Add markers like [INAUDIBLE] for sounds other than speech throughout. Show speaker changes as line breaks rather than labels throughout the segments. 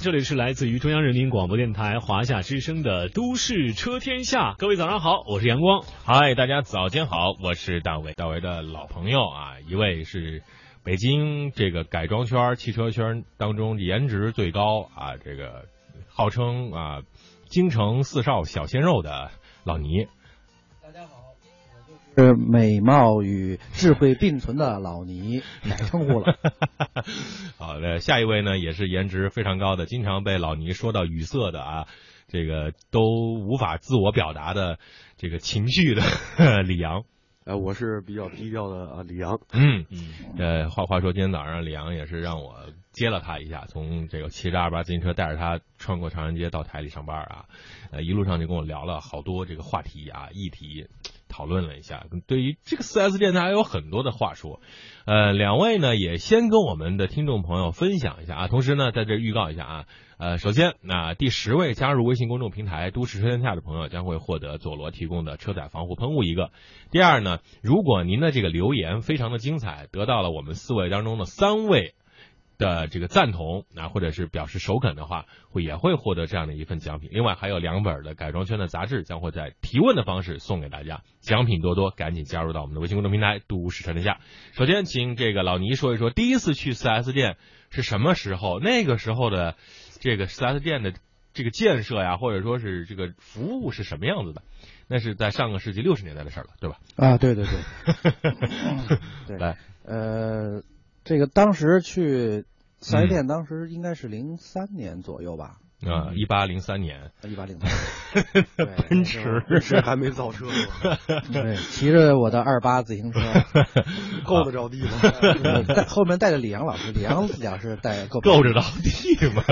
这里是来自于中央人民广播电台华夏之声的《都市车天下》，各位早上好，我是阳光。
嗨，大家早间好，我是大伟，大伟的老朋友啊，一位是北京这个改装圈、汽车圈当中颜值最高啊，这个号称啊京城四少小鲜肉的老倪。
是美貌与智慧并存的老
[LAUGHS]
倪，改称呼了。
好的，下一位呢也是颜值非常高的，经常被老倪说到语塞的啊，这个都无法自我表达的这个情绪的 [LAUGHS] 李阳。
呃，我是比较低调的啊，李 [LAUGHS] 阳。
嗯，呃，话话说今天早上李阳也是让我接了他一下，从这个骑着二八自行车带着他穿过长安街到台里上班啊，呃，一路上就跟我聊了好多这个话题啊、议题，讨论了一下。对于这个四 S 电台有很多的话说，呃，两位呢也先跟我们的听众朋友分享一下啊，同时呢在这预告一下啊，呃，首先那、第十位加入微信公众平台“都市车天下”的朋友将会获得佐罗提供的车载防护喷雾一个。第二呢，如果您的这个留言非常的精彩，得到了我们四位当中的三位的这个赞同啊，或者是表示首肯的话，会也会获得这样的一份奖品。另外还有两本的改装圈的杂志将会在提问的方式送给大家，奖品多多，赶紧加入到我们的微信公众平台“都市传天下”。首先，请这个老倪说一说，第一次去 4S 店是什么时候？那个时候的这个 4S 店的这个建设呀，或者说是这个服务是什么样子的？那是在上个世纪六十年代的事儿了，对吧？
啊，对
[LAUGHS]
对对，对
来，
呃，这个当时去四 S
嗯
店，当时应该是零三年左右吧，
啊，一八零三
[LAUGHS]
年，
一八零三。对
[LAUGHS] 奔驰，
谁还没造车 [LAUGHS] 过？
对，骑着我的二八自行
[LAUGHS]
车，
够得着地吗？ [LAUGHS]
呃带后面带着李阳老师，李阳老师带够
够着到地
[LAUGHS]
吗？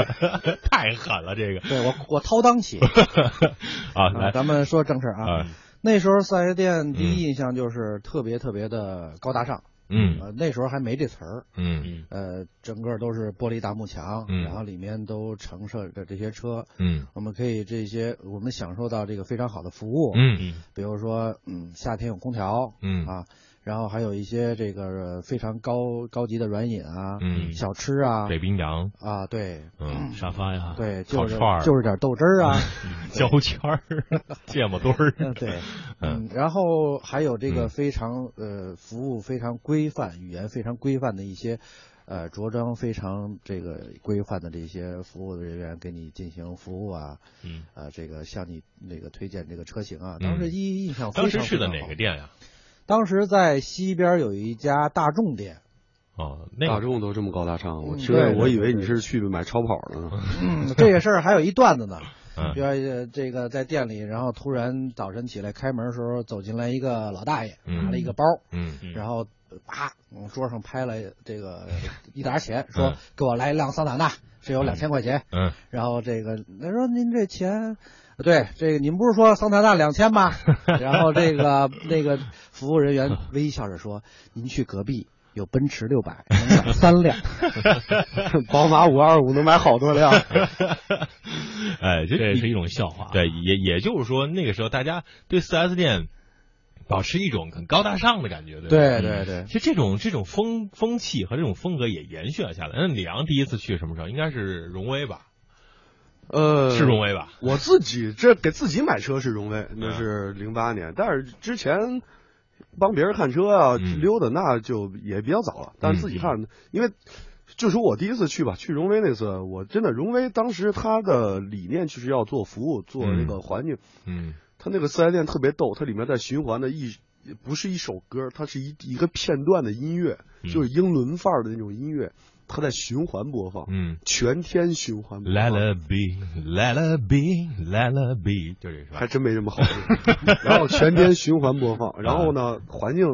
太狠了，这个
对我我掏当
[LAUGHS]
起。
啊，
啊，
来
咱们说正事儿啊。
啊，
那时候四 S 店第一印象就是特别特别的高大上，
嗯
呃，那时候还没这词儿，
嗯
呃，整个都是玻璃大幕墙，
嗯
然后里面都陈设着这些车，
嗯
我们可以这些我们享受到这个非常好的服务，，
嗯
比如说嗯夏天有空调
嗯
啊，然后还有一些这个非常高高级的软饮啊，
嗯，
小吃啊
北冰洋，
啊，对
嗯，
沙发呀，
对，就是
烤串儿嗯
就是点豆汁
[LAUGHS]
儿啊，
胶圈
[LAUGHS]
儿，芥末墩儿，
嗯对，
嗯
嗯，然后还有这
嗯
个非常呃服务非常规范、语言非常规范的一些，呃着装非常这个规范的这些服务的人员给你进行服务啊，
嗯，
啊这个向你那个推荐这个车型啊，
嗯
当时一印象非
当
常
时去的
非常
哪
好
个？店呀？
当时在西边有一家大众店，
哦，那
大
个
众都这么高大上，我
嗯
其实
对对
我以为你是去买超跑的呢。
嗯这个事儿还有一段子呢，就
嗯
是啊这个在店里，然后突然早晨起来开门的时候走进来一个老大爷，
嗯
拿了一个包。
嗯
然后呃啪往桌上拍了这
[LAUGHS]
个一沓钱，说
嗯
给我来一辆桑塔纳，只有
嗯
两千块钱。
嗯
然后这个他说您这钱，对，这个您不是说桑塔纳两千吗？然后这
[LAUGHS]
个那个服务人员微笑着说，您去隔壁。有奔驰
[LAUGHS]
六百，能买三辆。 [LAUGHS]
[LAUGHS] 宝马五二五能买好多 [LAUGHS] 辆，
[LAUGHS] 哎，这
这也是一种笑话。，啊
对，也也就是说，那个时候大家对四 S 店保持一种很高大上的感觉，对吧
嗯
对对对
其实这种这种风风气和这种风格也延续了下来。那李阳第一次去什么时候？应该是荣威吧？
呃，
是荣威嗯吧？
我自己这给自己买车是荣威，那是零八年，但是之前帮别人看车啊、
嗯
溜达，那就也比较早了。但是自己看，因为就说我第一次去吧，去荣威那次，我真的荣威当时它的理念就是要做服务，做那个环境。
嗯
它那个四 S 店特别逗，它里面在循环的一不是一首歌，它是一一个片段的音乐，
嗯
就是英伦范儿的那种音乐，它在循环播放，
嗯
全天循环播
，Let
放。
it be，Let it be，Let it be，就这是
还
吧？
真没什么好处。 [LAUGHS] 然后全天循环播
啊
放，然后呢，环境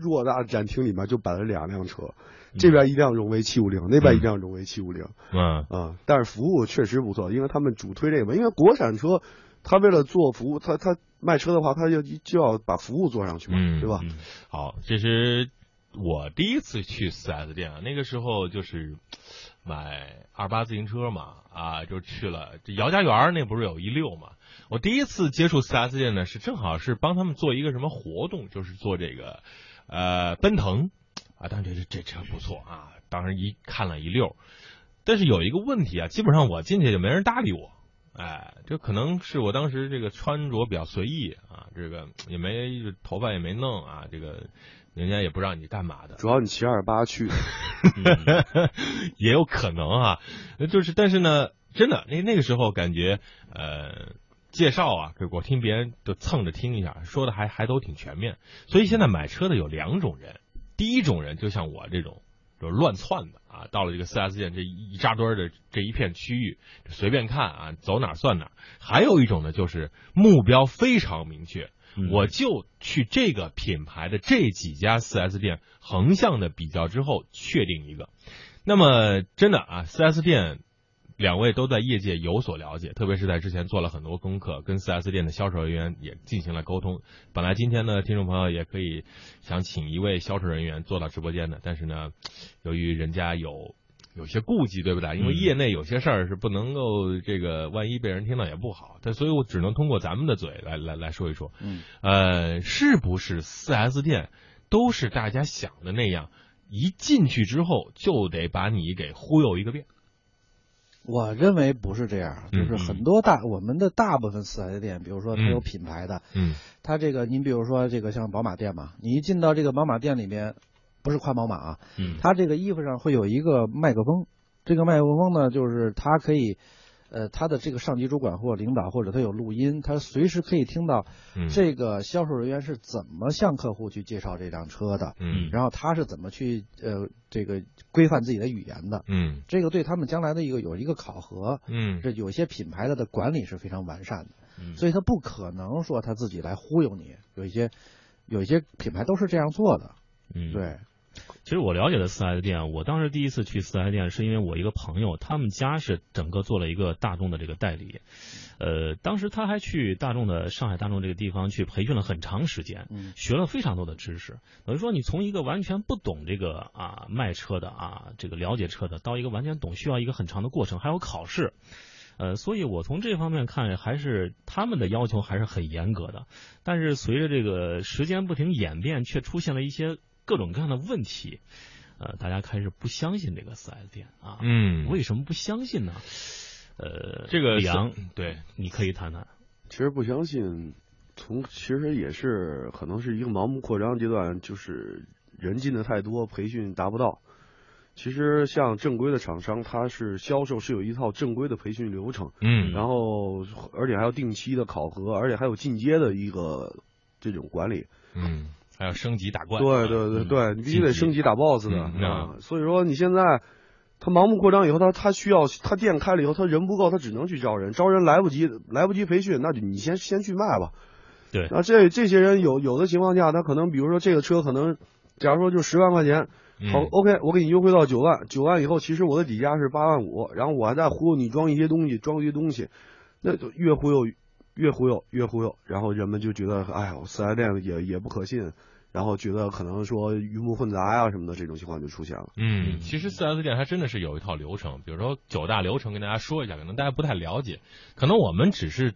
偌大的展厅里面就摆了两辆车，这边一辆荣威七五零，那边一辆荣威七五零
嗯
啊。但是服务确实不错，因为他们主推这个嘛，因为国产车，他为了做服务，他他卖车的话，他要就要把服务做上去嘛，
嗯，
对吧？
嗯？好，这是我第一次去四 S 店啊，那个时候就是买二八自行车嘛，啊，就去了这姚家园儿那不是有一溜嘛？我第一次接触四 S 店呢，是正好是帮他们做一个什么活动，就是做这个呃奔腾啊，当然这这这车不错啊，当时一看了一溜儿。但是有一个问题啊，基本上我进去就没人搭理我，哎，这可能是我当时这个穿着比较随意啊，这个也没头发也没弄啊，这个人家也不让你干嘛的，
主要你骑二八去，
[LAUGHS] 也有可能啊，就是但是呢，真的那那个时候感觉呃。介绍啊，给我听别人就蹭着听一下，说的还还都挺全面。所以现在买车的有两种人，第一种人就像我这种，就是乱窜的啊，到了这个 4S 店这一扎堆儿的这一片区域，随便看啊，走哪儿算哪儿。还有一种呢，就是目标非常明确，
嗯
我就去这个品牌的这几家 4S 店横向的比较之后确定一个。那么真的啊，4S 店两位都在业界有所了解，特别是在之前做了很多功课，跟 4S 店的销售人员也进行了沟通。本来今天呢，听众朋友也可以想请一位销售人员做到直播间的，但是呢，由于人家有。有些顾忌，对不对？因为
嗯
业内有些事儿是不能够这个，万一被人听到也不好。但所以我只能通过咱们的嘴来来来说一说。
嗯，
呃，是不是 4S 店都是大家想的那样，一进去之后就得把你给忽悠一个遍？
我认为不是这样，就
嗯
是
嗯
很多大我们的大部分四 S 店，比如说它有
嗯
品牌的，
嗯
它这个您比如说这个像宝马店嘛，你一进到这个宝马店里面，不是夸宝马啊，
嗯
它这个衣服上会有一个麦克风，这个麦克风呢，就是它可以，呃，它的这个上级主管或领导或者他有录音，他随时可以听到
嗯
这个销售人员是怎么向客户去介绍这辆车的，
嗯
然后他是怎么去呃这个规范自己的语言的，
嗯
这个对他们将来的一个有一个考核。
嗯
这有些品牌它的管理是非常完善的，
嗯
所以它不可能说他自己来忽悠你。有一些有一些品牌都是这样做的，
嗯，
对，
其实我了解的四 S 店，我当时第一次去四 S 店是因为我一个朋友，他们家是整个做了一个大众的这个代理，呃，当时他还去大众的上海大众这个地方去培训了很长时间，
嗯
学了非常多的知识。等于说，你从一个完全不懂这个啊卖车的啊这个了解车的，到一个完全懂，需要一个很长的过程，还有考试。呃，所以我从这方面看，还是他们的要求还是很严格的。但是随着这个时间不停演变，却出现了一些各种各样的问题。呃，大家开始不相信这个四 S 店啊，
嗯，
为什么不相信呢？呃，
这个
李
是
阳，
对，
你可以谈谈。
其实不相信，从其实也是可能是一个盲目扩张阶段，就是人进的太多，培训达不到。其实像正规的厂商，它是销售是有一套正规的培训流程，
嗯
然后而且还有定期的考核，而且还有进阶的一个这种管理。
嗯，还要升级打怪，
对对对
嗯
对，你必须得升级打 boss 的
嗯
啊。所以说你现在他盲目扩张以后，他他需要他店开了以后，他人不够，他只能去招人，招人来不及来不及培训，那就你先先去卖吧。
对
那啊这这些人有有的情况下，他可能比如说这个车可能，假如说就十万块钱，
嗯
好、OK，我给你优惠到九万，九万以后其实我的底价是八万五，然后我还在忽悠你装一些东西，装一些东西，那就越忽悠越忽悠越忽悠，然后人们就觉得哎呦，四 S 店也也不可信，然后觉得可能说鱼目混杂呀、什么的这种情况就出现了。
嗯，其实四 S 店它真的是有一套流程，比如说九大流程跟大家说一下，可能大家不太了解，可能我们只是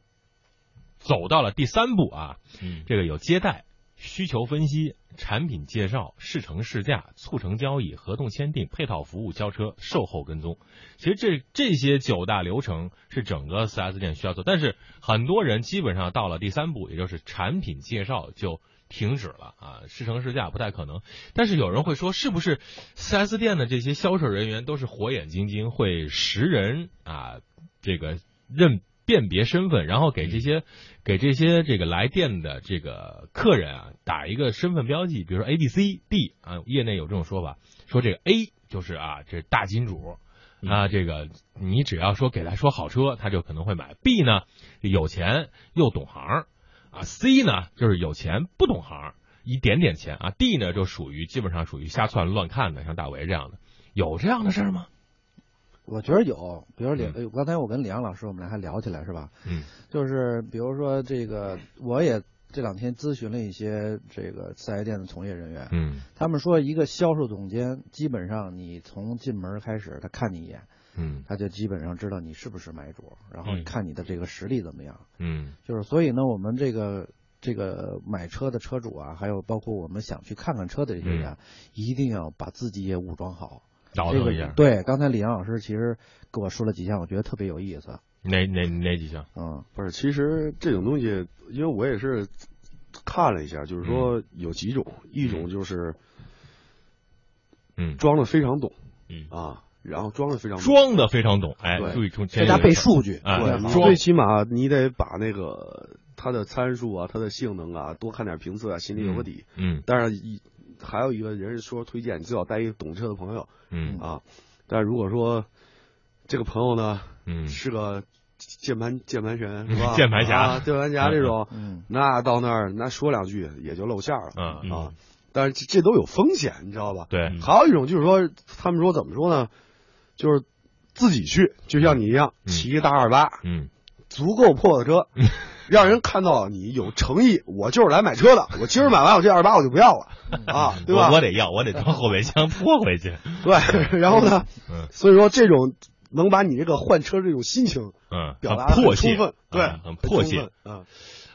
走到了第三步啊，
嗯
这个有接待、需求分析、产品介绍、试乘试驾、促成交易、合同签订、配套服务、交车、售后跟踪。其实这这些九大流程是整个 4S 店需要做，但是很多人基本上到了第三步，也就是产品介绍就停止了啊，试乘试驾不太可能。但是有人会说，是不是 4S 店的这些销售人员都是火眼金睛，会识人啊，这个认辨别身份，然后给这些给这些这个来电的这个客人啊打一个身份标记，比如说 A、B、C、D 啊，业内有这种说法，说这个 A 就是啊这大金主。啊，这个你只要说给他说好车，他就可能会买。B 呢，有钱又懂行，啊，C 呢就是有钱不懂行，一点点钱啊。D 呢就属于基本上属于瞎窜乱看的，像大为这样的，有这样的事儿吗？
我觉得有，比如李，呃刚才我跟李阳老师我们俩还聊起来是吧？
嗯
就是比如说这个，我也这两天咨询了一些这个四 S 店的从业人员，
嗯
他们说一个销售总监基本上你从进门开始，他看你一眼，
嗯
他就基本上知道你是不是买主，然后
嗯
看你的这个实力怎么样。
嗯
就是所以呢，我们这个。这个买车
嗯
的车主啊，还有包括我们想去看看车的这些人啊，一定要把自己也武装好，
倒
这
腾
个
一下，
对，刚才李阳老师其实跟我说了几项，我觉得特别有意思。
哪哪哪几项？
嗯，
不是，其实这种东西，因为我也是看了一下，就是说有几种，一种就是
嗯，
装的非常懂，
嗯
啊，然后装的非常懂
装的非常懂，哎，
对
注意从前
给大家背数据，
啊
对，
对
你
好
最起码你得把那个它的参数啊、它的性能啊，多看点评测啊，心里有个底。
嗯
当然，一还有一个人是说推荐，你最好带一个懂车的朋友
嗯
啊。但如果说这个朋友呢
嗯，
是个键盘键
[LAUGHS]
盘侠是吧？
键盘侠
啊键盘侠这种，
嗯，
那到那儿那说两句也就露馅儿了
嗯
啊。但是这这都有风险，你知道吧？
对，
嗯
还有一种就是说，他们说怎么说呢？就是自己去，就像你一样
嗯
骑个大二八，
嗯
足够破的车， [LAUGHS] 让人看到你有诚意。我就是来买车的，我今儿买完我这二八我就不要了啊，对吧
嗯我？我得要，我得装后备箱拖回去，
对， [LAUGHS] 然后呢
嗯，
所以说这种能把你这个换车这种心情
嗯，
表
很
达得很
迫切，
充分，对
嗯，很迫切，
啊，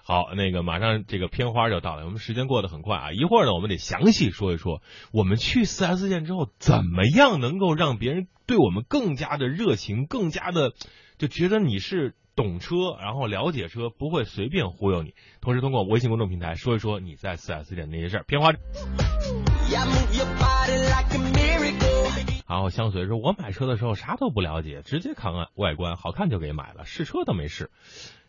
好，那个马上这个片花就到了，我们时间过得很快啊，一会儿呢，我们得详细说一说我们去四 S 店之后，怎么样能够让别人对我们更加的热情，更加的呃就觉得你是懂车，然后了解车，不会随便忽悠你。同时通过微信公众平台说一说你在四 S 店那些事儿。片花，
Yeah, move your body like a miracle.
然后香水说，我买车的时候啥都不了解，直接看外外观好看就给买了，试车都没试，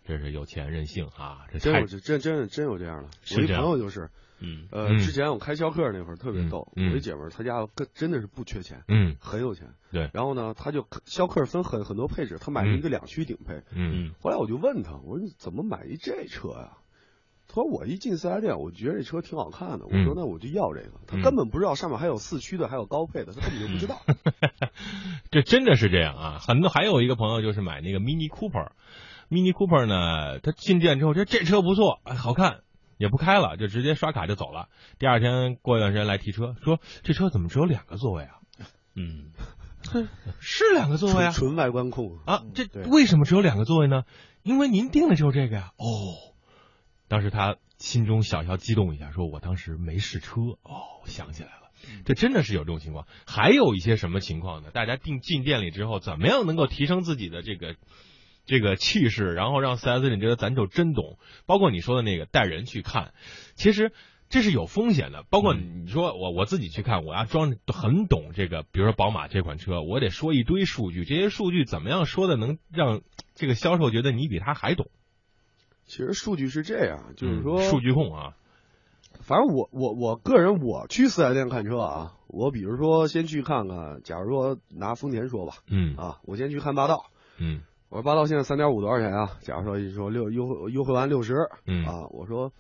真是有钱任性啊！这
真
太
有这真真真有这样的。
是
我一
这
朋
样
友就是，
嗯，
呃，
嗯
之前我开逍客那会儿特别
嗯
逗，
嗯
我一姐们儿她家跟真的是不缺钱，
嗯
很有钱。
对
然后呢，她就逍客分很很多配置，她买了一个两驱顶配，
嗯
后来我就问他，我说你怎么买一这车呀、他说我一进四 S 店，我觉得这车挺好看的，我
嗯
说那我就要这个。他
嗯
根本不知道上面还有四驱的，还有高配的，他根本就不知道。
这真的是这样啊！很多还有一个朋友就是买那个 Mini Cooper，Mini Cooper 呢，他进店之后这这车不错，哎，好看，也不开了，就直接刷卡就走了。第二天过一段时间来提车，说这车怎么只有两个座位啊？
嗯，
[LAUGHS] 是两个座位
纯
啊！
纯外观控，
啊，这
对
为什么只有两个座位呢？因为您订的就是这个呀、哦，当时他心中小小激动一下，说我当时没试车。哦，我想起来了。这真的是有这种情况，还有一些什么情况呢？大家进进店里之后，怎么样能够提升自己的这个这个气势，然后让四 S 店觉得咱就真懂？包括你说的那个带人去看，其实这是有风险的。包括
嗯
你说我我自己去看，我要装很懂这个，比如说宝马这款车，我得说一堆数据，这些数据怎么样说的能让这个销售觉得你比他还懂？
其实数据是这样，就是
嗯
说，
数据控啊，
反正我我我个人我去四 S 店看车啊，我比如说先去看看，假如说拿丰田说吧，
嗯
啊，我先去看霸道，
嗯
我说霸道现在三点五多少钱啊？假如说一说六优惠优惠完六十
嗯，
啊，我说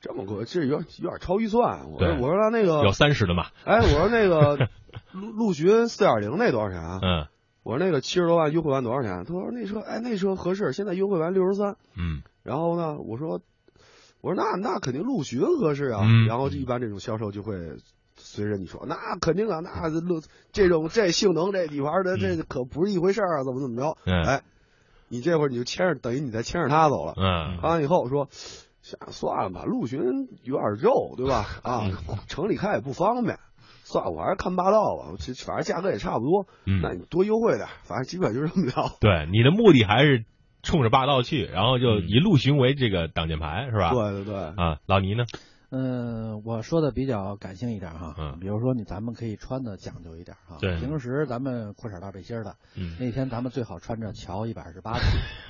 这么贵，这有点有点超预算，我说
对
我说那
啊
个
有三十的嘛，
哎，我说那个陆陆巡四点零那多少钱啊？
嗯
我说那个七十多万优惠完多少钱？他说那车哎那车合适，现在优惠完六十三。
嗯
然后呢，我说我说那那肯定陆巡合适啊。
嗯
然后一般这种销售就会随着你说，那肯定啊，那陆这种这性能这底盘的这可不是一回事儿啊，怎么怎么着？
嗯
哎，你这会儿你就牵着，等于你再牵着他走了。
嗯
看完以后说，想算了吧，陆巡有点肉，对
[LAUGHS]
吧？啊，
嗯
城里开也不方便，算了，我还是看霸道吧，这反正价格也差不多，
嗯啊
那你多优惠点儿，反正基本就这么着。
对，你的目的还是冲着霸道去，然后就以陆巡为这个挡箭牌，是吧？
对对对，
啊，老倪呢？
嗯，我说的比较感性一点哈，
嗯
比如说你咱们可以穿的讲究一点哈，
对
平时咱们裤衩大背心儿的，
嗯
那天咱们最好穿着乔一百二
[LAUGHS]
十八 T，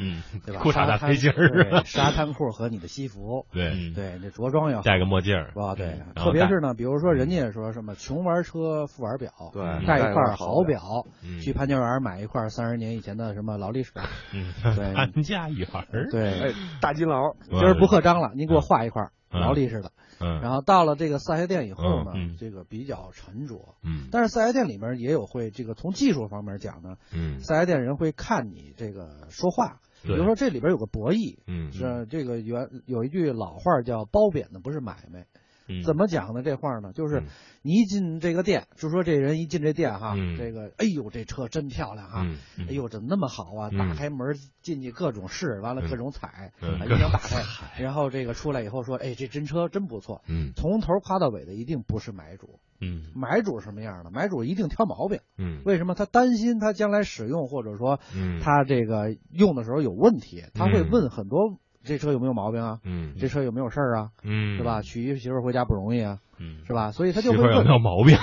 嗯，
对吧？
裤衩大
沙滩
背心儿
对沙滩裤和你的西服，
对，
嗯，
对，这着装要好
戴个墨镜儿
是，吧？对，
嗯然后嗯
特别
戴
是呢，比如说人家也说什么穷玩车，富玩表，
对
带
带
一块
一块
好
好
表，
嗯
去潘家园买一块三十年以前的什么劳力士，
嗯
[LAUGHS]
对
安家园 [LAUGHS] 儿，
对，
哎，大金劳，
今儿不喝张了，您给我
嗯
画一块
嗯
劳力士的。
嗯
然后到了这个四 S 店以后呢
嗯嗯，
这个比较沉着，
嗯
但是四 S 店里面也有会这个从技术方面讲呢，
嗯
四 S 店人会看你这个说话，比
对
如说这里边有个博弈，
嗯
是这个原有一句老话叫褒贬的不是买卖。
嗯
怎么讲呢？这话呢，就是
嗯
你一进这个店，就说这人一进这店哈，
嗯
这个哎呦这车真漂亮哈，
嗯嗯
哎呦怎么那么好啊？
嗯
打开门进去各种试，完了
嗯
各种踩，
嗯
啊
各
一
种
脚打开，然后这个出来以后说，哎这真车真不错。
嗯
从头夸到尾的一定不是买主，
嗯
买主什么样的？买主一定挑毛病，
嗯
为什么？他担心他将来使用或者说
嗯
他这个用的时候有问题，他会问很多这车有没有毛病啊？
嗯
这车有没有事儿啊？
嗯
是吧？？娶一媳妇儿回家不容易啊，
嗯
是吧？所以他
媳
就会
妇儿有
问
没。有毛病？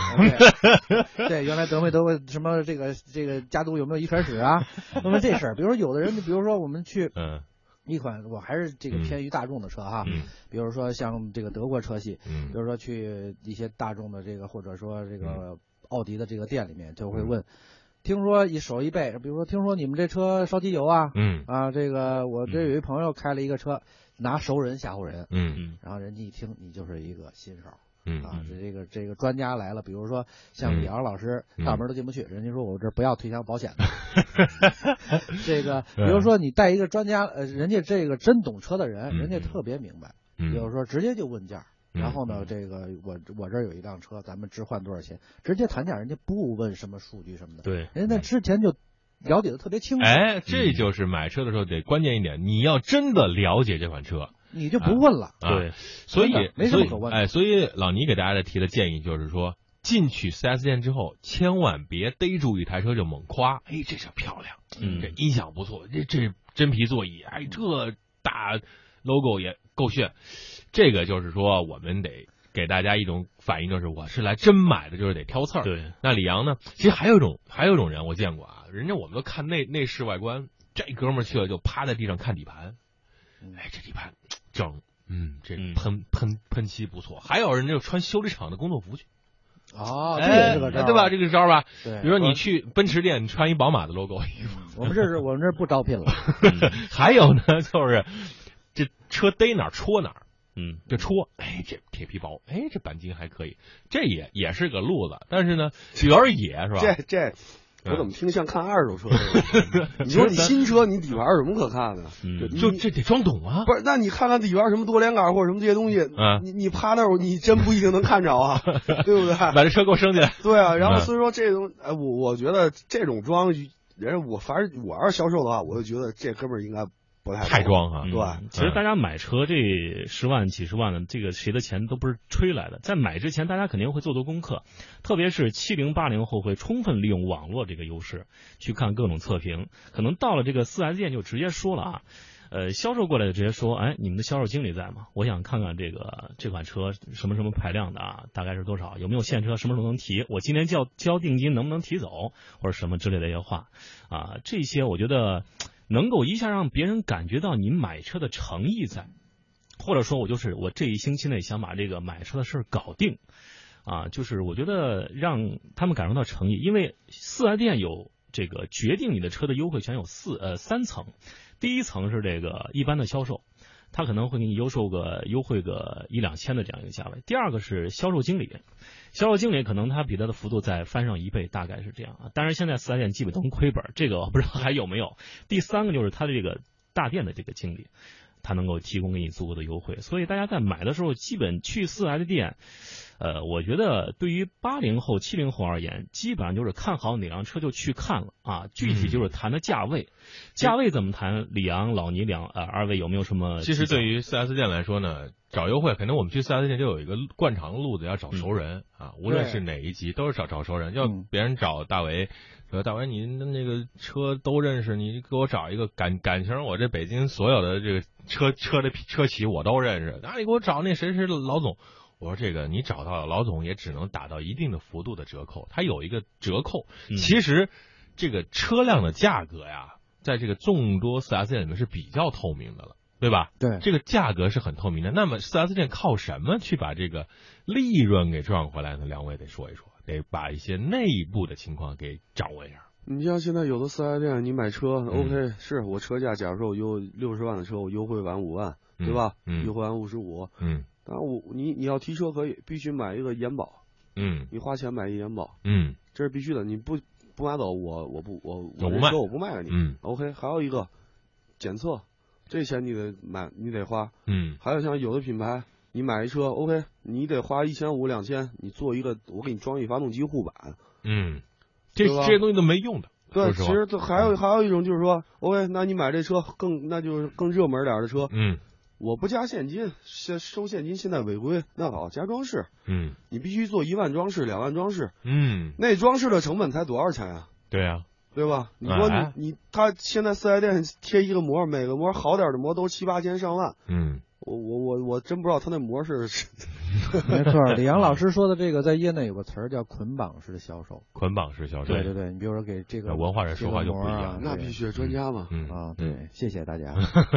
对对，原来德没德过什么这个这个家族有没有遗传史啊？那么这事儿，比如说有的人，比如说我们去
[LAUGHS] 嗯
一款，我还是这个偏于大众的车哈，
嗯
比如说像这个德国车系，比
嗯
如说去一些大众的这个或者说这个奥迪的这个店里面，就会
嗯
问，听说一手一备，比如说听说你们这车烧机油啊，
嗯
啊，这个我这有一朋友开了一个车，拿熟人吓唬人，
嗯
嗯
然后人家一听你就是一个新手
嗯
啊，这这个这个专家来了，比如说像
嗯
李昂老师，
嗯
大门都进不去，人家说我这不要推销保险
[LAUGHS]
的，这个比
嗯
如说你带一个专家，呃，人家这个真懂车的人，
嗯
人家特别明白，比
嗯
如说直接就问价。
嗯
然后呢，这个我我这儿有一辆车，咱们置换多少钱？直接谈价，人家不问什么数据什么的，
对
人家在之前就了解的特别清楚，
嗯哎，这就是买车的时候得关键一点，你要真的了解这款车，
你就不问了。
啊
对，
所以
真的没什么可问的
所以哎，所以老倪给大家的提的建议就是说，进去 4S 店之后，千万别逮住一台车就猛夸，哎，这车漂亮，
嗯
这音响不错，这这真皮座椅，哎，这大 logo 也够炫。这个就是说，我们得给大家一种反应，就是我是来真买的，就是得挑刺儿。
对，
那李阳呢？其实还有一种，还有一种人我见过啊，人家我们都看内内饰外观，这哥们儿去了就趴在地上看底盘，
嗯
哎，这底盘整，嗯，这
嗯
喷喷喷漆不错。还有人就穿修理厂的工作服去，
哦，这也
哎，
是个招儿，
对吧？这个招儿吧，
对，
比如说你去奔驰店，你穿一宝马的 logo 衣服。
我们这是我们这不招聘了，
[LAUGHS] 还有呢，就是这车逮哪儿戳哪儿。
嗯
就戳，哎，这铁皮薄，哎，这钣金还可以，这也也是个路子，但是呢，有点野是吧？嗯
这这，我怎么听像看二手车似的？
[LAUGHS]
你说你新车，你底盘有什么可看的？
嗯
对你
就这得装懂啊。
不是，那你看看底盘什么多连杆或者什么这些东西，
嗯
你你趴那儿，你真不一定能看着
[LAUGHS]
啊，对不对？
把这车给我升起来。
对啊，然后
嗯
所以说这种，哎，我我觉得这种装，人家我反正我要是销售的话，我就觉得这哥们儿应该不太
太装啊！
嗯
对吧
其实大家买车这十万几十万的，这个谁的钱都不是吹来的。在买之前，大家肯定会做做功课，特别是七零八零后会充分利用网络这个优势，去看各种测评。可能到了这个四 S 店就直接说了啊，呃，销售过来就直接说，哎，你们的销售经理在吗？我想看看这个这款车什么什么排量的啊，大概是多少，有没有现车，什么时候能提？我今天交交定金能不能提走，或者什么之类的一些话啊，这些我觉得能够一下让别人感觉到你买车的诚意在，或者说我就是我这一星期内想把这个买车的事儿搞定。啊，就是我觉得让他们感受到诚意，因为四 S 店有这个决定你的车的优惠权有四呃三层，第一层是这个一般的销售，他可能会给你优售个优惠个一两千的这样一个价位。第二个是销售经理，销售经理可能他比他的幅度再翻上一倍，大概是这样啊。当然现在四 S 店基本都亏本，这个我不知道还有没有。第三个就是他的这个大店的这个经理。他能够提供给你足够的优惠，所以大家在买的时候，基本去四 S 店，呃，我觉得对于八零后、七零后而言，基本上就是看好哪辆车就去看了啊，具体就是谈的价位，价位怎么谈？李阳、老倪两呃二位有没有什么
其
技巧？
实对于 4S 店来说呢，找优惠，肯定我们去 4S 店就有一个惯常的路子，要找熟人、啊，无论是哪一级都是找找熟人，要
嗯
别人找大为。说大为，你那个车都认识，你给我找一个感感情，我这北京所有的这个车车的车企我都认识，那、你给我找那谁谁老总，我说这个你找到老总也只能打到一定的幅度的折扣，它有一个折扣。
嗯
其实这个车辆的价格呀，在这个众多 4S 店里面是比较透明的了，对吧？
对，
这个价格是很透明的。那么 4S 店靠什么去把这个利润给赚回来呢？两位得说一说，得把一些内部的情况给掌握一下。
你像现在有的四 S 店，你买车、OK，是
嗯
我车价，假如说我优六十万的车，我优惠完五万，对吧？
嗯
优惠完五十五，
嗯
但我你你要提车可以，必须买一个延保，
嗯
你花钱买一延保，
嗯
这是必须的，你不不买走我我不我
我
我
不
这
卖
车我不卖给你。
嗯
OK，还有一个检测，这钱你得买你得花，
嗯
还有像有的品牌，你买一车，OK，你得花一千五两千，你做一个，我给你装一发动机护板，
嗯，这
对吧
这些东西都没用的。
对，
说实
其
话嗯
实这还有还有一种就是说，OK，那你买这车更那就是更热门点儿的车，
嗯
我不加现金，现收现金现在违规，那好加装饰，
嗯
你必须做一万装饰、两万装饰，
嗯，
那装饰的成本才多少钱啊？
对啊，
对吧？你说
哎
你你他现在四 S 店贴一个膜，每个膜好点儿的膜都七八千上万，
嗯
我我我我真不知道他那膜是是 [LAUGHS]
[LAUGHS] 没错儿，李阳老
嗯
师说的这个，在业内有个词儿叫捆绑式的销售。
捆绑式销售，
对对，你比如说给这个
文化人说话就不一样
这个膜啊
那必须专家嘛。
嗯
啊，对，谢谢大家。
[LAUGHS]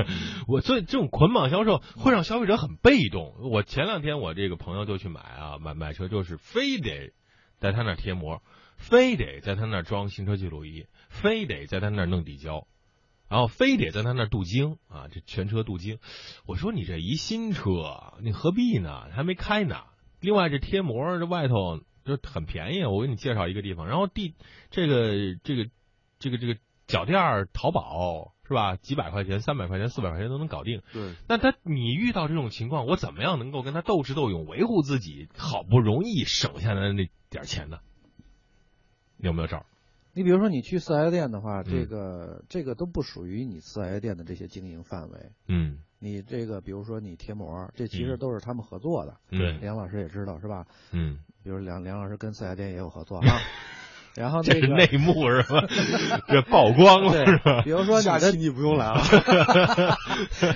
我所以这种捆绑销售会让消费者很被动。我前两天我这个朋友就去买啊，买买车就是非得在他那儿贴膜，非得在他那儿装行车记录仪，非得在他那儿弄底胶，然后非得在他那儿镀金啊，这全车镀金。我说你这一新车，你何必呢？还没开呢。另外这贴膜这外头就很便宜，我给你介绍一个地方，然后地这个这个这个这个脚垫儿淘宝是吧？几百块钱、三百块钱、四百块钱都能搞定。
对，
那他你遇到这种情况，我怎么样能够跟他斗智斗勇，维护自己好不容易省下来的那点儿钱呢？有没有招儿？
你比如说你去四 S 店的话，这
嗯
个这个都不属于你四 S 店的这些经营范围。
嗯，
你这个比如说你贴膜，这其
嗯
实都是他们合作的。
对，
梁老师也知道是吧？
嗯，
比如梁梁老师跟四 S 店也有
[LAUGHS]
合作啊。然后
这
那
是
个
内幕是吧？这曝光了是吧？
[LAUGHS] 对，比如说你
下
的
期你不用来
[LAUGHS]
了。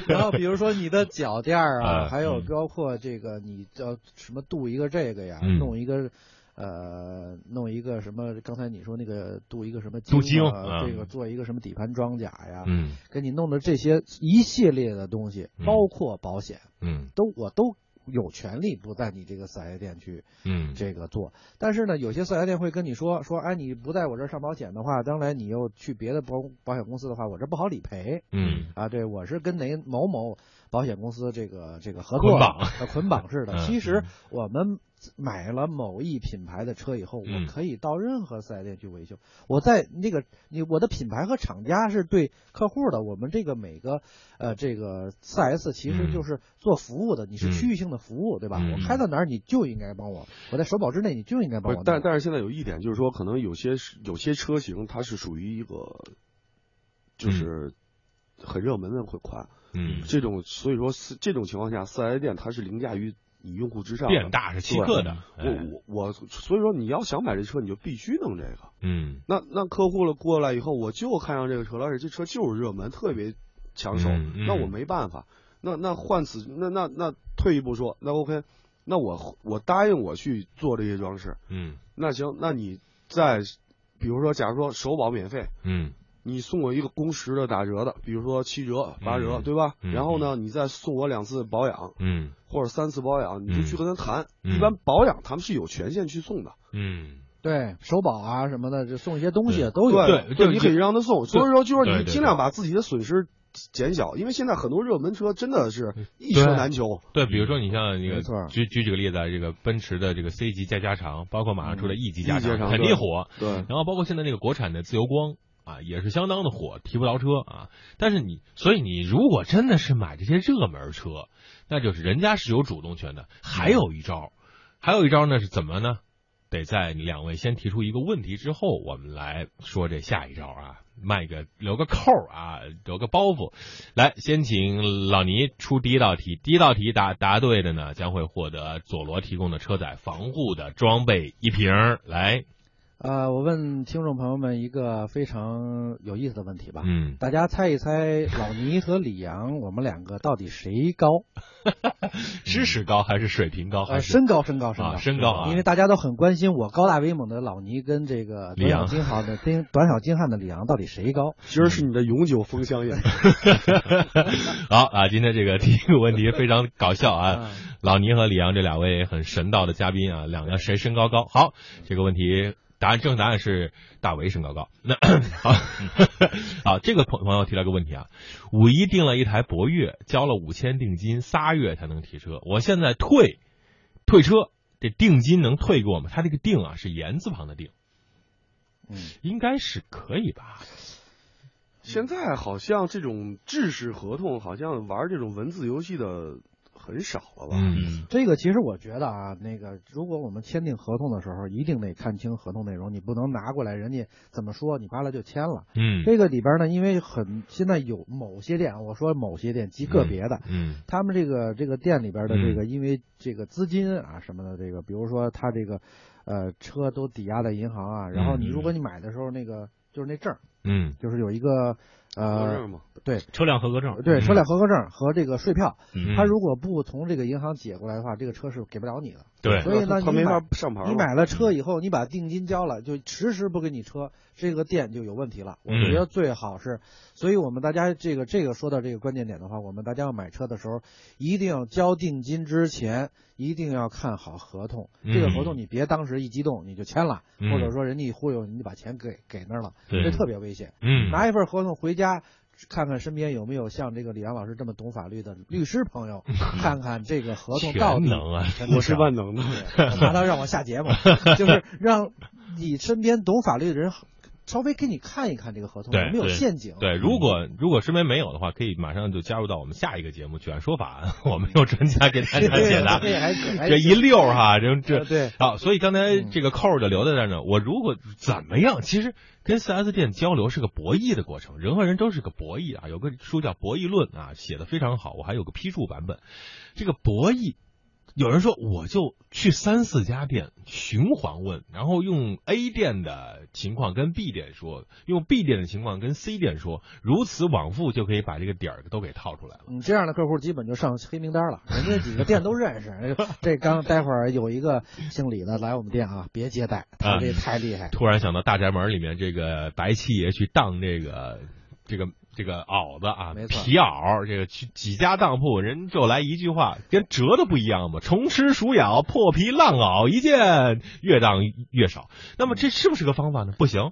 然后比如说你的脚垫儿
啊
啊，还有
嗯
包括这个你叫什么镀一个这个呀，
嗯
弄一个呃，弄一个什么？刚才你说那个镀一个什么
镀
金
金啊
啊，这个做一个什么底盘装甲呀，
嗯
给你弄的这些一系列的东西
嗯，
包括保险，
嗯
都我都。有权利不在你这个四 S 店去
嗯
这个做，但是呢，有些四 S 店会跟你说说，哎，你不在我这儿上保险的话，将来你又去别的保保险公司的话，我这不好理赔。
嗯
啊，对，我是跟哪某某保险公司这个这个合
捆
作
绑
呃捆绑式的。
嗯
其实我们买了某一品牌的车以后，
嗯
我可以到任何四 S 店去维修。我在那个你我的品牌和厂家是对客户的，我们这个每个呃这个四 S 其实就是做服务的，你是区域性的服务，对吧？
嗯
我开到哪儿你就应该帮我，我在首保之内你就应该
不
帮
是
我，弄。
但但是现在有一点就是说，可能有些是有些车型它是属于一个，
嗯
就是很热门的款，
嗯，
这种所以说四这种情况下，四 S 店它是凌驾于你用户之上的。
变大是欺客的，哎
我我我，所以说你要想买这车，你就必须弄这个。
嗯，
那那客户了过来以后，我就看上这个车了，而且这车就是热门，特别抢手，
嗯嗯
那我没办法。那那换此那那那退一步说，那 OK，那我我答应我去做这些装饰，
嗯
那行，那你再比如说，假如说首保免费，
嗯
你送我一个工时的打折的，比如说七折、八折，
嗯
对吧？
嗯
然后呢，你再送我两次保养
嗯
或者三次保养，你就去跟他谈。
嗯
一般保养他们是有权限去送的，
嗯，
对首保啊什么的，就送一些东西啊都有。
对
对对
你可以让他送。所以说，就是
对
你
对
尽量把自己的损失减小，因为现在很多热门车真的是一车难求。
对，比如说你像那个
没错儿
举举几个例子，啊，这个奔驰的这个 C 级加加长，包括马上出的 E 级加
E 级加长
肯定火。
对，
然后包括现在那个国产的自由光啊，也是相当的火，提不着车啊。但是你，所以你如果真的是买这些热门车，那就是人家是有主动权的。还有一招，还有一招呢是怎么呢？得在两位先提出一个问题之后，我们来说这下一招啊，卖个留个扣儿啊，留个包袱。来，先请老倪出第一道题，第一道题答答对的呢，将会获得佐罗提供的车载防护的装备一瓶儿。来，
呃，我问听众朋友们一个非常有意思的问题吧。
嗯，
大家猜一猜，老倪和李阳，我们两个到底谁高？
知识高还是水平高还
呃，
是
身高，身高，身高，
啊身高啊
因为大家都很关心我高大威猛的老倪跟这个
李
短小
阳
精
[LAUGHS]
悍的丁短小精悍的李阳到底谁高？
其实是你的永久风香液。
嗯
[LAUGHS]
[LAUGHS] 好啊？今天这个第一个问题非常搞笑啊！
嗯
老倪和李阳这两位很神道的嘉宾啊，两个谁身高高？好，这个问题答案正确答案是大为身高高。那好，好，这个朋朋友提了个问题啊，五一订了一台博越，交了五千定金，仨月才能提车，我现在退退车，这定金能退给我吗？他这个定啊是言字旁的定，
嗯，
应该是可以吧？
现在好像这种制式合同，好像玩这种文字游戏的很少了吧？
嗯
这个其实我觉得啊，那个如果我们签订合同的时候，一定得看清合同内容，你不能拿过来人家怎么说，你扒拉就签了。
嗯
这个里边呢，因为很现在有某些店，啊我说某些店极个别的，
嗯
他们这个这个店里边的这个，因为这个资金啊什么的，这个比如说他这个呃车都抵押在银行啊，然后你如果你买的时候那个就是那证儿，
嗯
就是有一个
合
呃
证嘛，
对
车辆合格证，
对车辆呃合格证和这个税票，
嗯，
他如果不从这个银行解过来的话，这个车是给不了你的。
对
所以呢
他
你
没
买
法上牌嘛。
你买了车以后，你把定金交了，就迟迟不给你车，这个店就有问题了。我
嗯
觉得最好是，所以我们大家这个这个说到这个关键点的话，我们大家要买车的时候，一定要交定金之前，一定要看好合同。这个合同你别当时一激动你就签了，
嗯
或者说人家一忽悠你就把钱给给那儿了，
对
这特别危险。
嗯
拿一份合同回家。看看身边有没有像这个李阳老师这么懂法律的律师
[LAUGHS]
朋友，看看这个合同到
全
底
能啊，
真的
[LAUGHS]
我是万能的，
对我拿到让我下节目，就是让你身边懂法律的人稍微给你看一看这个合同
对
有没有陷阱。
对，如果如果身边没有的话，可以马上就加入到我们下一个节目《举案 [LAUGHS] 说法》，我们有专家给大
对，
家
对
解答
这还还
这一溜儿哈，这这
呃对
啊，所以刚才
嗯
这个扣儿就留在这儿呢。我如果怎么样，其实跟 4S 店交流是个博弈的过程，人和人都是个博弈啊。有个书叫《博弈论》啊，写的非常好，我还有个批注版本。这个博弈，有人说我就去三四家店循环问，然后用 A 店的情况跟 B 店说，用 B 店的情况跟 C 店说，如此往复就可以把这个底儿都给套出来了。
你这样的客户基本就上黑名单了，人家几个店都认识。这刚待会儿有一个姓李的来我们店啊，别接待，他这太厉害。
突然想到《大宅门》里面这个白七爷去当这个这个这个袄子啊
没，错
皮袄，这个去几家当铺，人就来一句话，跟折的不一样嘛，虫吃鼠咬，破皮烂袄一件，越当越少。那
嗯
么这是不是个方法呢？不行，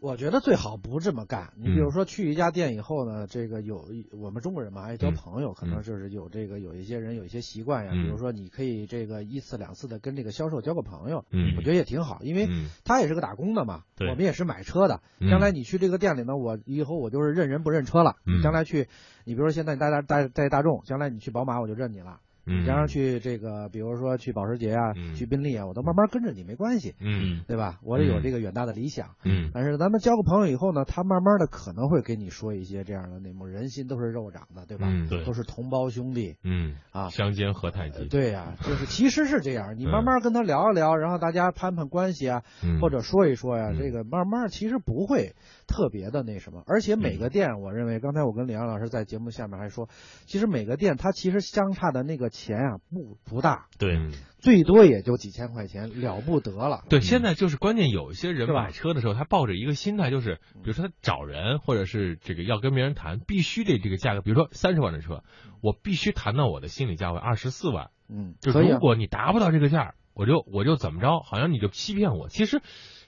我觉得最好不这么干。你比
嗯
如说去一家店以后呢，这个有我们中国人嘛，爱交朋友，可能就是有这个有一些人有一些习惯呀，
嗯
比如说你可以这个一次两次的跟这个销售交个朋友，
嗯
我觉得也挺好，因为
嗯
他也是个打工的嘛，
对
我们也是买车的。
嗯
将来你去这个店里呢，我以后我就是认人不认车了。
嗯
你将来去，你比如说现在你带大带带大众，将来你去宝马我就认你了。
嗯，
将来去这个，比如说去保时捷啊，
嗯
去宾利啊，我都慢慢跟着你没关系，
嗯
对吧？我也有
嗯
这个远大的理想。
嗯
但是咱们交个朋友以后呢，他慢慢的可能会跟你说一些这样的内幕。人心都是肉长的，对吧？
嗯
对
都是同胞兄弟
嗯，
啊。
相煎何太急，
对呀、就是其实是这样，你
嗯
慢慢跟他聊一聊，然后大家攀攀关系啊，
嗯，
或者说一说呀、
嗯
这个慢慢其实不会特别的那什么，而且
嗯
每个店，我认为刚才我跟李阳老师在节目下面还说，其实每个店它其实相差的那个钱啊不不大，
对，
嗯
最多也就几千块钱，了不得了。
对，现在就是关键，有一些人
对嗯吧嗯
买车的时候，他抱着一个心态，就是比如说他找人，或者是这个要跟别人谈，必须得这个价格，比如说三十万的车，我必须谈到我的心理价位二十四万。
嗯，
就
可以
如
啊。
果你达不到这个价儿，我就我就怎么着，好像你就欺骗我。其实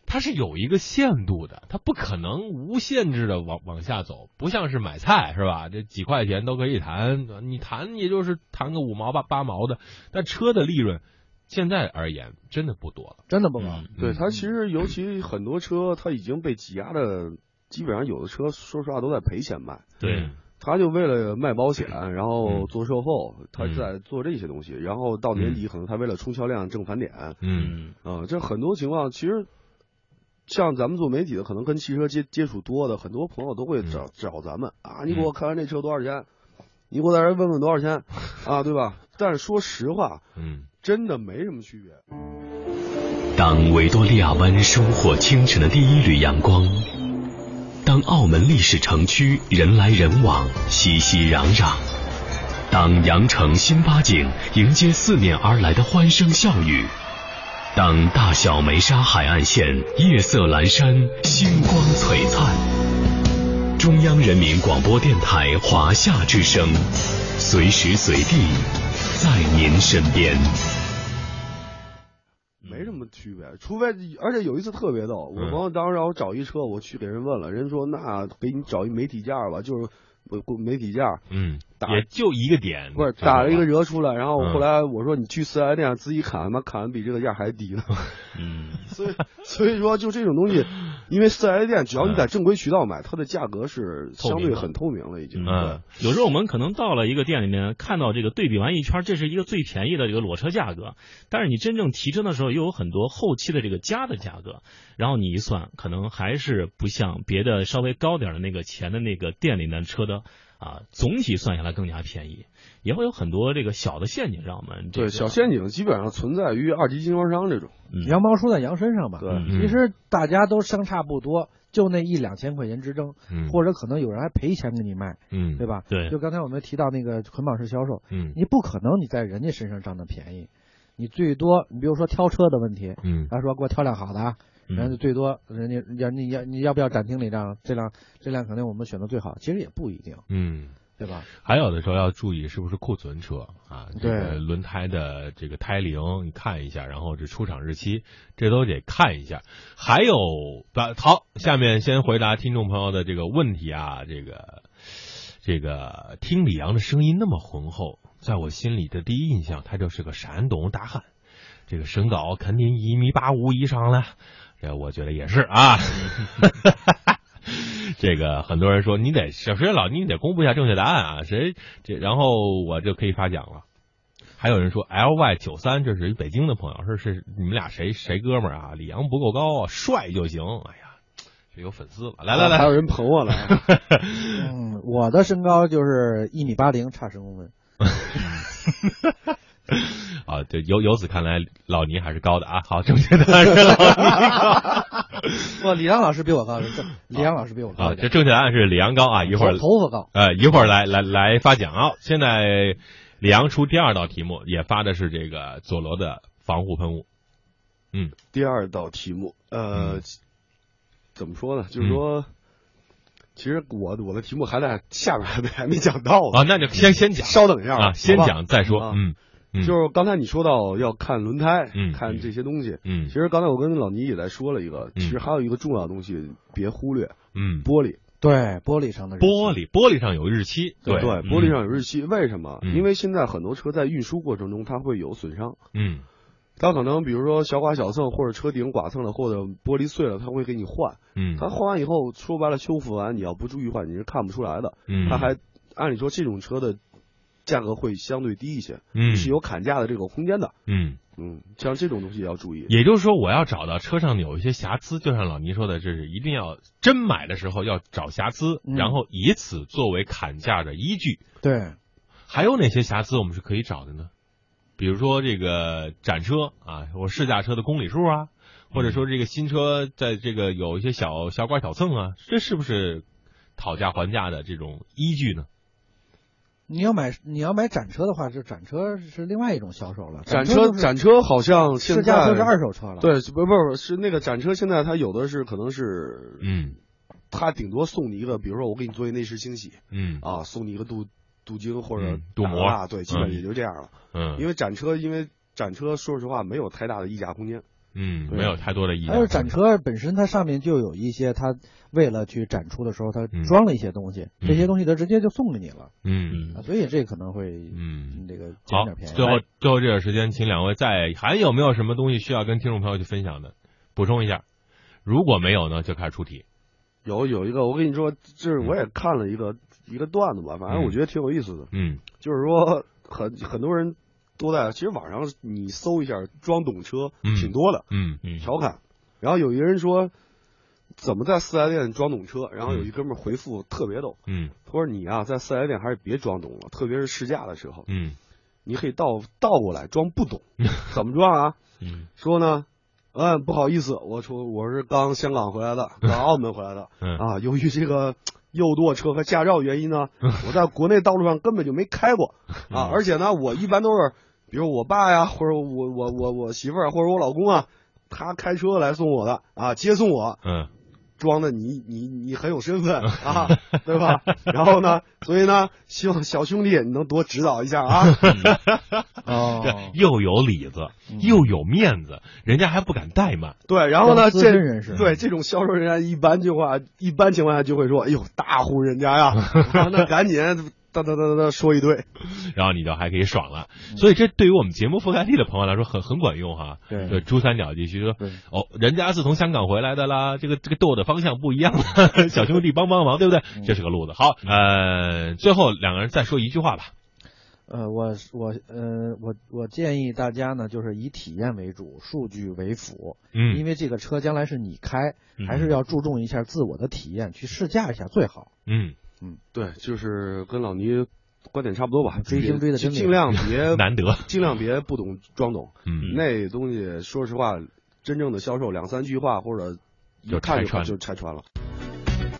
它是有一个限度的，它不可能无限制的往往下走，不像是买菜是吧？这几块钱都可以谈，你谈也就是谈个五毛八八毛的，但车的利润现在而言真的不多了。
真的不高。
嗯
对
嗯
它其实尤其很多车，它已经被挤压的，基本上有的车说实话都在赔钱卖。
嗯
对，
他就为了卖保险，然后做售后，他
嗯
在做这些东西，然后到年底可能他为了冲销量挣返点，啊、
嗯。
嗯，
这很多情况其实，像咱们做媒体的，可能跟汽车接接触多的，很多朋友都会
嗯
找、找咱们啊，你给我看看这车多少钱，你给我在这问问多少
[LAUGHS]
钱，啊，对吧？但是说实话，
嗯
真的没什么区别。
当维多利亚湾收获清晨的第一缕阳光，当澳门历史城区人来人往、熙熙攘攘，当羊城新八景迎接四面而来的欢声笑语，当大小梅沙海岸线夜色阑珊、星光璀璨，中央人民广播电台华夏之声，随时随地在您身边。
没
嗯
什么区别，除非而且有一次特别逗，我朋友当时让我找一车，我去给人问了，人说那给你找一媒体价吧，就是我媒体价，
嗯，
打
也就一个点，
不是
知道吧
打了一个折出来，然后
嗯
后来我说你去四 S [LAUGHS] 店自己砍，他妈砍的比这个价还低呢，
嗯，
所以所以说就这种东西，因为四 S 店只要你
嗯
在正规渠道买，它的价格是
透
相
明的
对很透明了，已经。对
嗯，
有时候我们可能到了一个店里面，看到这个对比完一圈，这是一个最便宜的这个裸车价格，但是你真正提车的时候，又有很多后期的这个加的价格，然后你一算，可能还是不像别的稍微高点的那个钱的那个店里面车的啊，总体算下来更加便宜，也会有很多这个小的陷阱让我们这
对，
个
小陷阱基本上存在于二级经销商这种。
嗯
羊毛出在羊身上吧。
对
嗯
其实大家都相差不多，就那一两千块钱之争，
嗯
或者可能有人还赔钱给你卖，
嗯
对吧？
对
就刚才我们提到那个捆绑式销售，
嗯
你不可能你在人家身上占的便宜，你最多你比如说挑车的问题，
嗯
他说给我挑辆好的啊，
嗯
然后就最多人家要你要你要不要展厅里辆这辆这辆肯定我们选择最好，其实也不一定，
嗯。
对吧？
还有的时候要注意是不是库存车啊，这个
对
轮胎的这个胎龄你看一下，然后这出厂日期这都得看一下。还有，把好，下面先回答听众朋友的这个问题啊，这个这个听李阳的声音那么浑厚，在我心里的第一印象，他就是个山东大汉，这个身高肯定一米八五以上了。这我觉得也是啊。 [LAUGHS] 这个很多人说你得首先老你得公布一下正确答案啊，谁这然后我就可以发奖了。还有人说 L Y 九三，这是北京的朋友，说是你们俩谁谁哥们儿啊？李阳不够高啊，帅就行。哎呀，这有粉丝了，来来
还
来，
有人捧我来，
嗯，我的身高就是一米八零，差十公分。
[LAUGHS] 啊，对，由由此看来，老倪还是高的啊。好，正确答案是老倪 [LAUGHS]
不，李阳老师比我高，这李阳老师比我高
啊，
一
这
点。
正确答案是李阳高啊。一会儿
头头发高，
呃，一会儿来来来发奖啊！现在李阳出第二道题目，也发的是这个佐罗的防护喷雾。
第二道题目，呃，
嗯
怎么说呢？就是说，其实我我的题目还在下面，还没还没讲到呢。
啊，那就先先讲
稍等一下吧
啊，先
好吧
讲再说
啊。
嗯嗯
就是刚才你说到要看轮胎，
嗯
看这些东西。
嗯
其实刚才我跟老倪也在说了一个，
嗯
其实还有一个重要的东西别忽略，
嗯，
玻璃。
对，玻璃上的人
玻璃玻璃上有日期，
对，
嗯
玻璃上有日期，为什么？
嗯
因为现在很多车在运输过程中它会有损伤，
嗯
它可能比如说小剐小蹭，或者车顶剐蹭了，或者玻璃碎了，它会给你换。
嗯
它换完以后，说白了修复完，你要不注意换，你是看不出来的。
嗯，
它还按理说这种车的价格会相对低一些，
嗯
是有砍价的这个空间的。
嗯，
嗯，像这种东西也要注意。
也就是说，我要找到车上有一些瑕疵，就像老倪说的，这是一定要真买的时候要找瑕疵，
嗯
然后以此作为砍价的依据。
对，
还有哪些瑕疵我们是可以找的呢？比如说这个展车啊，我试驾车的公里数啊，或者说这个新车在这个有一些小小剐小蹭啊，这是不是讨价还价的这种依据呢？
你要买你要买展车的话，就展车是另外一种销售了。
展
车
车
就是
展车好像现
试
在
驾车是二手车了。，
对，不不不是那个展车，现在它有的是可能是，
嗯
它顶多送你一个，比如说我给你做一内饰清洗
嗯
啊，送你一个镀镀金或者
嗯镀膜
啊，对，基本
嗯
也就这样了。
嗯，
因为展车，因为展车说实话没有太大的溢价空间。
嗯没有太多的意义。
还有展车本身它上面就有一些，它为了去展出的时候，它
嗯
装了一些东西，
嗯
这些东西它直接就送给你了，
嗯
嗯
啊，所以这可能会
嗯
这个捡
好
点便，宜。
最后最后这点时间，请两位再还有没有什么东西需要跟听众朋友去分享的？补充一下，如果没有呢，就开始出题。
有有一个，我跟你说，这我也看了一个一个段子吧，反正我觉得挺有意思的，
嗯
就是说很很多人都在，其实网上你搜一下装懂车
嗯
挺多的，
嗯
嗯
调侃。然后有一个人说，怎么在四 S 店装懂车？然后有一哥们儿回复特别逗，
嗯
他说你啊，在四 S 店还是别装懂了，特别是试驾的时候，
嗯
你可以倒倒过来装不懂，怎么装啊？
嗯
说呢，嗯，不好意思，我说我是刚香港回来的，刚澳门回来的
嗯
啊，由于这个。右舵车和驾照原因呢，我在国内道路上根本就没开过啊，而且呢，我一般都是，比如我爸呀，或者我我我我媳妇儿，或者我老公啊，他开车来送我的啊，接送我，
嗯
装的你你你很有身份啊，对吧？然后呢，所以呢，希望小兄弟你能多指导一下啊。
哦，
又有里子，
嗯
又有面子，人家还不敢怠慢。
对，然后呢，
当资
这
深人士
对这种销售
[LAUGHS]
人员一般就话，一般情况下就会说，哎呦，大户人家呀，啊那赶紧哒哒哒哒哒说一堆。
然后你就还可以爽了。
嗯
所以这对于我们节目覆盖地的朋友来说很很管用
[LAUGHS]
哈。
[LAUGHS] 对
就珠三角地区说
对，
哦，人家是从香港回来的啦，这个这个舵的方向不一样了， [LAUGHS] 小兄弟帮帮忙，对不对？
嗯
这是个路子。好，呃，最后两个人再说一句话吧。
呃，我是我呃，我我建议大家呢，就是以体验为主，数据为辅，
嗯，
因为这个车将来是你开，还是要注重一下自我的体验，去试驾一下最好。
嗯，
对，就是跟老倪观点差不多吧，
追星追得真
尽
厉害
尽量别
[LAUGHS] 难得
尽量别不懂装懂。
嗯
那东西说实话，真正的销售两三句话或者一
就
看
拆穿
就拆穿了。